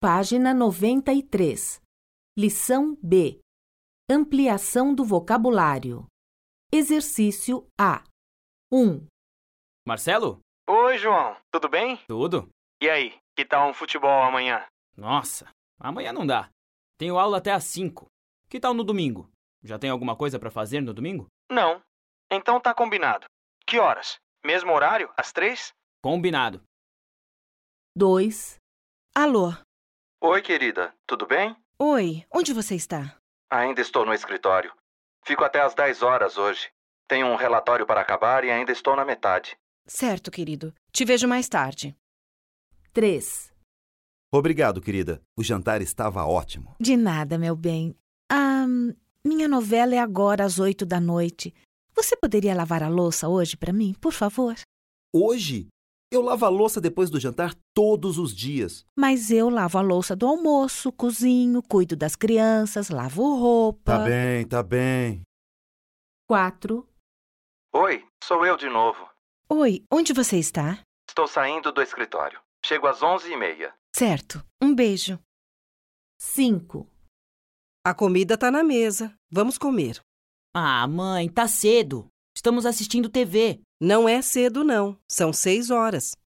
Página 93. Lição B. Ampliação do vocabulário. Exercício A. 1, Marcelo? Oi, João, tudo bem? Tudo? E aí, que tal um futebol amanhã? Nossa, amanhã não dá. Tenho aula até às 5. Que tal no domingo? Já tem alguma coisa pra fazer no domingo? Não. Então tá combinado. Que horas? Mesmo horário? Às três? Combinado. 2, Alô, Oi, querida, tudo bem? oi, onde você está? Ainda estou no escritório. Fico até às 10 horas hoje. Tenho um relatório para acabar e ainda estou na metade. Certo, querido. Te vejo mais tarde. 3, Obrigado, querida. O jantar estava ótimo. De nada, meu bem. Ah, minha novela é agora às oito da noite. Você poderia lavar a louça hoje para mim, por favor? Hoje, eu lavo a louça depois do jantar todos os dias. Mas eu lavo a louça do almoço, cozinho, cuido das crianças, lavo roupa. Tá bem, tá bem. 4, Oi, sou eu de novo. Oi, onde você está? Estou saindo do escritório. Chego às 11h30. Certo, um beijo. 5, A comida tá na mesa. Vamos comer. Ah, mãe, tá cedo. Estamos assistindo TV. Não é cedo, não. São seis horas.